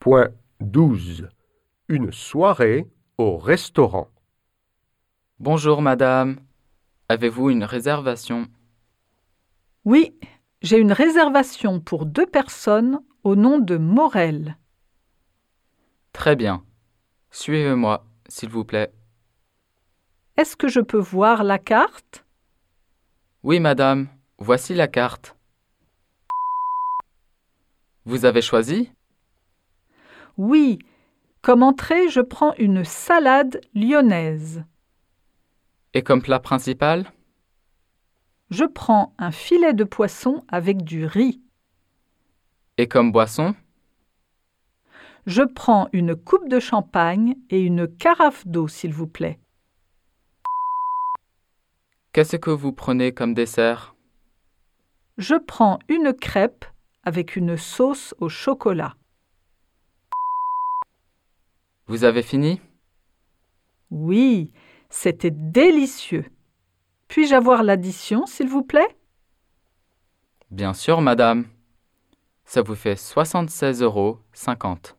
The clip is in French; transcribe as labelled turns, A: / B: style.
A: 8.12 Une soirée au restaurant.
B: Bonjour madame. Avez-vous une réservation
C: Oui, j'ai une réservation pour deux personnes au nom de Morel.
B: Très bien. Suivez-moi, s'il vous plaît.
C: Est-ce que je peux voir la carte
B: Oui madame, voici la carte. Vous avez choisi
C: Oui. Comme entrée, je prends une salade lyonnaise.
B: Et comme plat principal
C: Je prends un filet de poisson avec du riz.
B: Et comme boisson
C: Je prends une coupe de champagne et une carafe d'eau, s'il vous plaît.
B: Qu'est-ce que vous prenez comme dessert
C: Je prends une crêpe avec une sauce au chocolat.
B: Vous avez fini
C: Oui, c'était délicieux. Puis-je avoir l'addition, s'il vous plaît
B: Bien sûr madame. Ça vous fait 76,50 euros.